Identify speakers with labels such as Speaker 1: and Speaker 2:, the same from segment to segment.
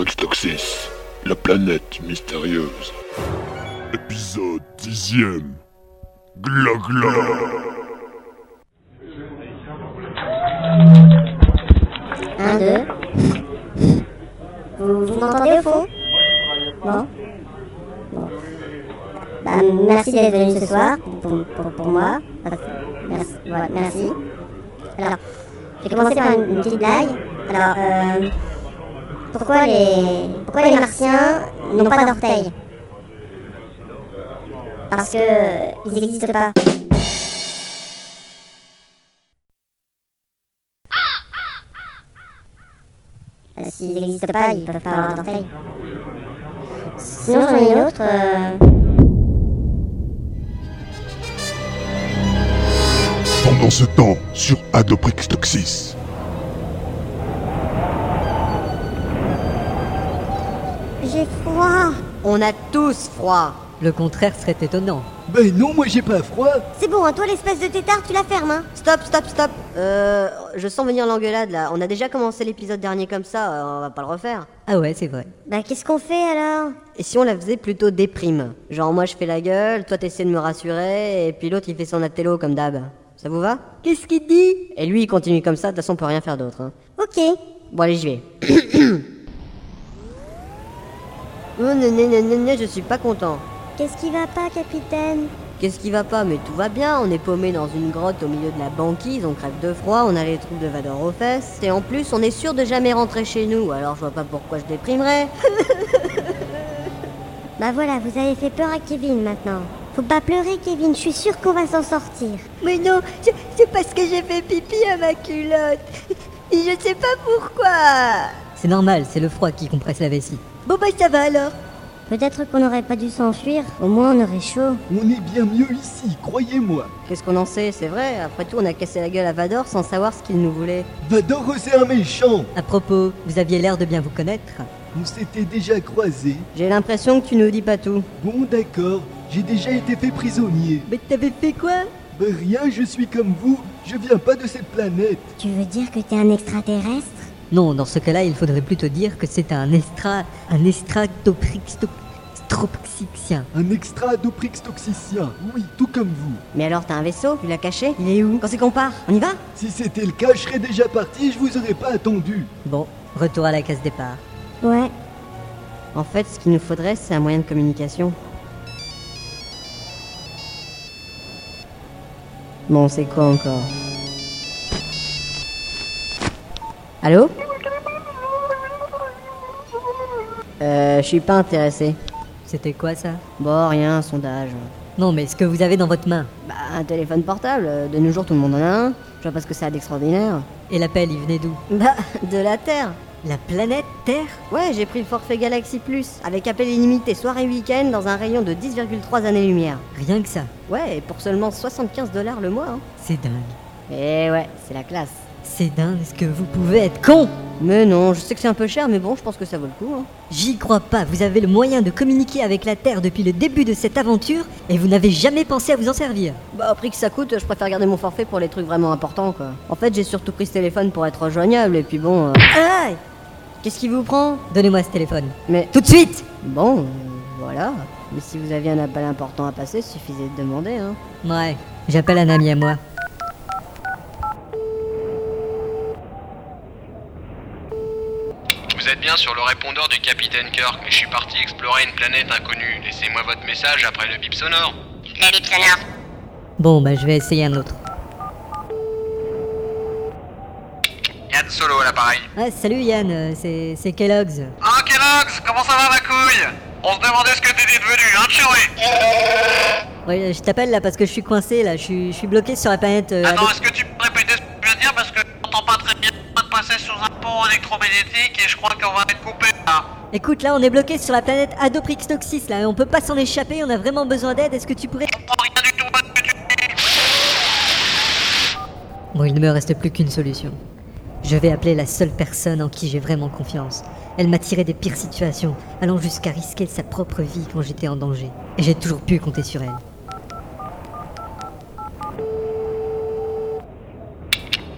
Speaker 1: Adoprextoxis, la planète mystérieuse. Épisode 10 Gla gla.
Speaker 2: 1, 2. Vous, vous m'entendez au fond Non Bon. Bah, merci d'être venu ce soir pour, pour- pour moi. Merci. voilà, merci. Alors, je vais commencer par une, une petite blague. Alors, euh, pourquoi, les, pourquoi les martiens n'ont pas d'orteils Parce que euh, ils n'existent pas. Euh, S'ils n'existent pas, ils peuvent pas avoir d'orteils. Sinon, j'en ai une autre. euh,
Speaker 1: Pendant ce temps, sur Adoprextoxis.
Speaker 2: J'ai froid.
Speaker 3: On a tous froid.
Speaker 4: Le contraire serait étonnant.
Speaker 5: Ben non, moi j'ai pas froid.
Speaker 2: C'est bon, hein, toi l'espèce de tétard, tu la fermes, hein.
Speaker 3: Stop, stop, stop. Euh, je sens venir l'engueulade là. On a déjà commencé l'épisode dernier comme ça, euh, on va pas le refaire.
Speaker 4: Ah ouais, c'est vrai.
Speaker 2: Bah qu'est-ce qu'on fait alors
Speaker 3: Et si on la faisait plutôt déprime Genre moi je fais la gueule, toi t'essaies de me rassurer, et puis l'autre il fait son attello comme d'hab. Ça vous va Qu'est-ce qu'il dit Et lui il continue comme ça, de toute façon on peut rien faire d'autre. hein.
Speaker 2: Ok.
Speaker 3: Bon allez, j'y vais. Non, non, non, non, non, non, je suis pas content.
Speaker 2: Qu'est-ce qui va pas, capitaine
Speaker 3: Qu'est-ce qui va pas Mais tout va bien, on est paumé dans une grotte au milieu de la banquise, on crève de froid, on a les troupes de Vador aux fesses, et en plus on est sûr de jamais rentrer chez nous, alors je vois pas pourquoi je déprimerais.
Speaker 2: Bah voilà, vous avez fait peur à Kevin maintenant. Faut pas pleurer, Kevin, je suis sûre qu'on va s'en sortir.
Speaker 6: Mais non, c'est- c'est parce que j'ai fait pipi à ma culotte. Et je sais pas pourquoi.
Speaker 4: C'est normal, c'est le froid qui compresse la vessie.
Speaker 6: Bon bah ça va alors.
Speaker 2: Peut-être qu'on n'aurait pas dû s'enfuir, au moins on aurait chaud.
Speaker 5: On est bien mieux ici, croyez-moi.
Speaker 3: Qu'est-ce qu'on en sait, c'est vrai, après tout on a cassé la gueule à Vador sans savoir ce qu'il nous voulait.
Speaker 5: Vador, c'est un méchant.
Speaker 4: À propos, vous aviez l'air de bien vous connaître.
Speaker 5: On s'était déjà croisés.
Speaker 3: J'ai l'impression que tu nous dis pas tout.
Speaker 5: Bon, d'accord, j'ai déjà été fait prisonnier.
Speaker 3: Mais t'avais fait quoi
Speaker 5: Ben rien, je suis comme vous, je viens pas de cette planète.
Speaker 2: Tu veux dire que t'es un extraterrestre
Speaker 4: Non, dans ce cas-là, il faudrait plutôt dire que c'est un estra... un estratoprixtoxixien.
Speaker 5: Un extra adoprix toxicien, oui, tout comme vous.
Speaker 3: Mais alors t'as un vaisseau, tu l'as caché Il est où Quand c'est qu'on part On y va
Speaker 5: Si c'était le cas, je serais déjà parti et je vous aurais pas attendu.
Speaker 4: Bon, retour à la case départ.
Speaker 2: Ouais.
Speaker 3: En fait, ce qu'il nous faudrait, c'est un moyen de communication. Bon, c'est quoi encore Allô Euh, je suis pas intéressé.
Speaker 4: C'était quoi ça
Speaker 3: Bon, rien, un sondage.
Speaker 4: Non, mais ce que vous avez dans votre main.
Speaker 3: Bah, un téléphone portable, euh, de nos jours tout le monde en a un. Je vois pas ce que ça a d'extraordinaire.
Speaker 4: Et l'appel, il venait d'où
Speaker 3: Bah, de la Terre
Speaker 4: La planète Terre
Speaker 3: Ouais, j'ai pris le forfait Galaxy Plus, avec appel illimité soir et week-end dans un rayon de 10,3 années-lumière.
Speaker 4: Rien que ça.
Speaker 3: Ouais, et pour seulement 75 dollars le mois. Hein.
Speaker 4: C'est dingue.
Speaker 3: Et ouais, c'est la classe.
Speaker 4: C'est dingue, est-ce que vous pouvez être con
Speaker 3: Mais non, je sais que c'est un peu cher, mais bon, je pense que ça vaut le coup. Hein.
Speaker 4: J'y crois pas, vous avez le moyen de communiquer avec la Terre depuis le début de cette aventure et vous n'avez jamais pensé à vous en servir.
Speaker 3: Bah, au prix que ça coûte, je préfère garder mon forfait pour les trucs vraiment importants, quoi. En fait, j'ai surtout pris ce téléphone pour être rejoignable, et puis bon. euh, Aïe Qu'est-ce qui vous prend
Speaker 4: Donnez-moi ce téléphone.
Speaker 3: Mais.
Speaker 4: Tout de suite
Speaker 3: Bon, euh, voilà. Mais si vous aviez un appel important à passer, suffisait de demander, hein.
Speaker 4: Ouais, j'appelle un ami à moi.
Speaker 7: Vous êtes bien sur le répondeur du capitaine Kirk, mais je suis parti explorer une planète inconnue. Laissez-moi votre message après le bip sonore.
Speaker 4: Bon, bah je vais essayer un autre.
Speaker 7: Yann Solo à l'appareil.
Speaker 4: Ah, salut Yann, euh, c'est, c'est Kellogg's.
Speaker 7: Oh Kellogg's, comment ça va ma couille On se demandait ce que t'étais devenu, hein Churé
Speaker 4: Ouais, je t'appelle là parce que je suis coincé là, je suis, je suis bloqué sur la planète. euh, avec-
Speaker 7: est-ce que tu peux répéter ce que tu viens de dire parce que t'entends pas très bien de passer sous un pont électromagnétique et je crois qu'on va être coupé là.
Speaker 4: Écoute, là on est bloqué sur la planète Adoprixtoxis là, et on peut pas s'en échapper, on a vraiment besoin d'aide, est-ce que tu pourrais.
Speaker 7: On comprend rien du tout à ce que tu dis.
Speaker 4: Bon, il ne me reste plus qu'une solution. Je vais appeler la seule personne en qui j'ai vraiment confiance. Elle m'a tiré des pires situations, allant jusqu'à risquer sa propre vie quand j'étais en danger. Et j'ai toujours pu compter sur elle.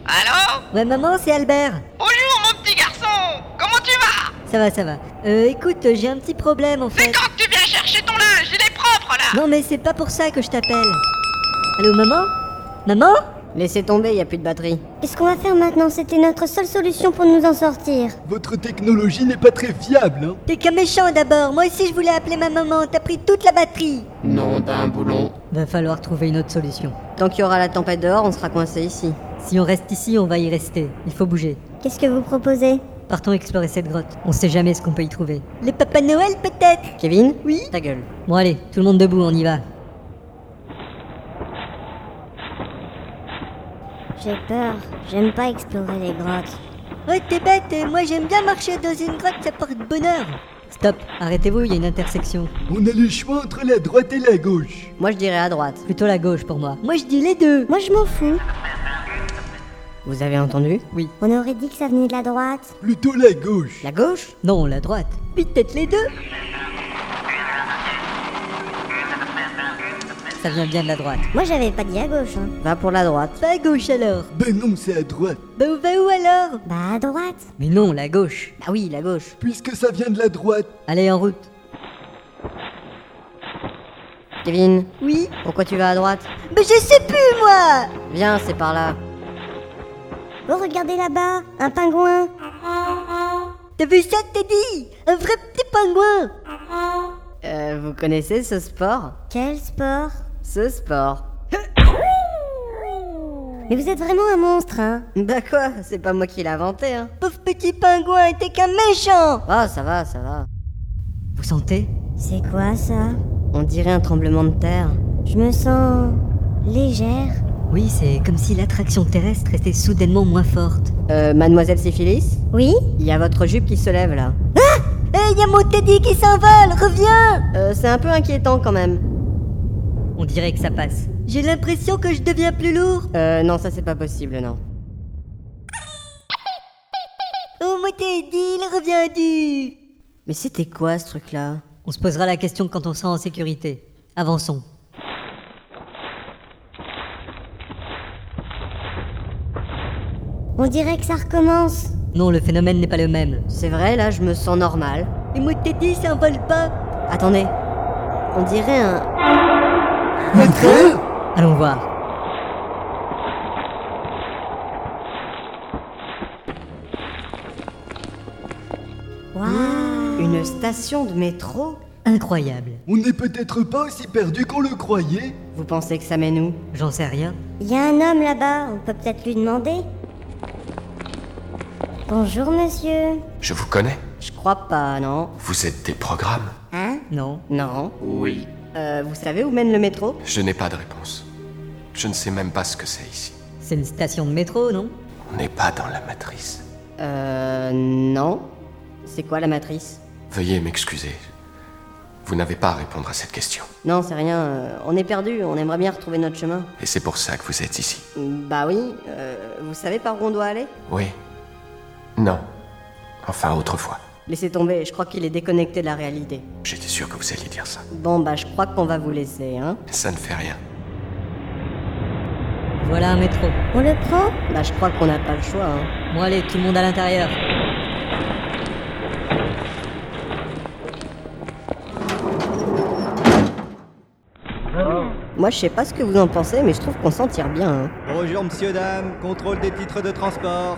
Speaker 7: Allô
Speaker 4: Ouais, maman, c'est Albert
Speaker 7: Bonjour mon petit garçon Comment tu vas
Speaker 4: ça va, ça va. Euh, écoute, j'ai un petit problème en
Speaker 7: C'est
Speaker 4: fait.
Speaker 7: quand que tu viens chercher ton linge, il est propre là
Speaker 4: Non, mais c'est pas pour ça que je t'appelle. Allô, maman Maman
Speaker 3: Laissez tomber, y a plus de batterie.
Speaker 2: Qu'est-ce qu'on va faire maintenant C'était notre seule solution pour nous en sortir.
Speaker 5: Votre technologie n'est pas très fiable, hein
Speaker 4: T'es qu'un méchant d'abord. Moi aussi, je voulais appeler ma maman. T'as pris toute la batterie.
Speaker 8: Non d'un boulon.
Speaker 4: Va falloir trouver une autre solution.
Speaker 3: Tant qu'il y aura la tempête dehors, on sera coincé ici.
Speaker 4: Si on reste ici, on va y rester. Il faut bouger.
Speaker 2: Qu'est-ce que vous proposez
Speaker 4: Partons explorer cette grotte. On sait jamais ce qu'on peut y trouver. Les Papa Noël peut-être
Speaker 3: Kevin
Speaker 4: Oui
Speaker 3: Ta gueule.
Speaker 4: Bon allez, tout le monde debout, on y va.
Speaker 2: J'ai peur. J'aime pas explorer les grottes.
Speaker 4: Ouais, Oh, t'es bête, moi j'aime bien marcher dans une grotte, ça porte bonheur. Stop, arrêtez-vous, il y a une intersection.
Speaker 5: On a le choix entre la droite et la gauche.
Speaker 3: Moi je dirais à droite.
Speaker 4: Plutôt la gauche pour moi. Moi je dis les deux.
Speaker 2: Moi, je m'en fous.
Speaker 3: Vous avez entendu
Speaker 4: Oui.
Speaker 2: On aurait dit que ça venait de la droite.
Speaker 5: Plutôt la gauche.
Speaker 3: La gauche
Speaker 4: Non, la droite. Puis peut-être les deux. Ça vient bien de la droite.
Speaker 2: Moi, j'avais pas dit à gauche. hein.
Speaker 3: Va pour la droite.
Speaker 4: Pas à gauche alors.
Speaker 5: Ben non, c'est à droite.
Speaker 4: Bah on va où alors
Speaker 2: Bah, à droite.
Speaker 4: Mais non, la gauche.
Speaker 3: Ah oui, la gauche.
Speaker 5: Puisque ça vient de la droite,
Speaker 4: Allez en route.
Speaker 3: Kevin,
Speaker 6: Oui
Speaker 3: pourquoi tu vas à droite
Speaker 6: Mais je sais plus, moi
Speaker 3: Viens, c'est par là.
Speaker 2: Oh, regardez là-bas. Un pingouin.
Speaker 6: Ah, T'as vu ça, Teddy Un vrai petit pingouin
Speaker 3: Euh, vous connaissez ce sport
Speaker 2: Quel sport.
Speaker 3: Ce sport.
Speaker 2: Mais vous êtes vraiment un monstre, hein
Speaker 3: Bah quoi C'est pas moi qui l'ai inventé, hein.
Speaker 6: Pauvre petit pingouin, t'es qu'un méchant
Speaker 3: Ah, ça va, ça va.
Speaker 4: Vous sentez
Speaker 2: C'est quoi ça
Speaker 3: On dirait un tremblement de terre.
Speaker 2: Je me sens légère.
Speaker 4: Oui, c'est comme si l'attraction terrestre était soudainement moins forte.
Speaker 3: Euh, mademoiselle Syphilis
Speaker 2: Oui
Speaker 3: Il y a votre jupe qui se lève là.
Speaker 6: Hé, y'a mon Teddy qui s'envole, reviens
Speaker 3: Euh, c'est un peu inquiétant quand même.
Speaker 4: On dirait que ça passe.
Speaker 6: J'ai l'impression que je deviens plus lourd.
Speaker 3: Euh, non, ça c'est pas possible, non.
Speaker 6: Oh, mon Teddy, il revient du...
Speaker 3: Mais c'était quoi ce truc là
Speaker 4: On se posera la question quand on sera en sécurité. Avançons.
Speaker 2: On dirait que ça recommence.
Speaker 4: Non, le phénomène n'est pas le même.
Speaker 3: C'est vrai, là je me sens normal.
Speaker 4: Et moi, t'ai dit, ça vole pas.
Speaker 3: Attendez. On dirait un.
Speaker 4: Allons voir.
Speaker 2: Waouh
Speaker 3: Une station de métro
Speaker 4: Incroyable.
Speaker 5: on n'est peut-être pas aussi perdu qu'on le croyait.
Speaker 3: Vous pensez que ça mène où
Speaker 4: J'en sais rien.
Speaker 2: Il y a un homme là-bas, on peut peut-être lui demander. Bonjour monsieur.
Speaker 8: Je vous connais.
Speaker 3: Je crois pas, non.
Speaker 8: Vous êtes des programmes.
Speaker 2: Hein
Speaker 4: Non.
Speaker 3: Non.
Speaker 8: Oui.
Speaker 3: Euh, vous savez où mène le métro
Speaker 8: Je n'ai pas de réponse. Je ne sais même pas ce que c'est ici.
Speaker 4: C'est une station de métro, non
Speaker 8: On n'est pas dans la matrice.
Speaker 3: Euh. Non. C'est quoi la matrice
Speaker 8: Veuillez m'excuser. Vous n'avez pas à répondre à cette question.
Speaker 3: Non, c'est rien. euh, on est perdu, on aimerait bien retrouver notre chemin.
Speaker 8: Et c'est pour ça que vous êtes ici.
Speaker 3: Bah oui. euh, vous savez par où on doit aller
Speaker 8: Oui. Non. Enfin, autrefois.
Speaker 3: Laissez tomber, je crois qu'il est déconnecté de la réalité.
Speaker 8: J'étais sûr que vous alliez dire ça.
Speaker 3: Bon, bah je crois qu'on va vous laisser, hein.
Speaker 8: Ça ne fait rien.
Speaker 4: Voilà un métro.
Speaker 2: On le prend
Speaker 3: Bah je crois qu'on n'a pas le choix, hein.
Speaker 4: Bon, allez, tout le monde à l'intérieur.
Speaker 3: Moi, je sais pas ce que vous en pensez, mais je trouve qu'on s'en tire bien. hein.
Speaker 9: Bonjour monsieur, dame, contrôle des titres de transport.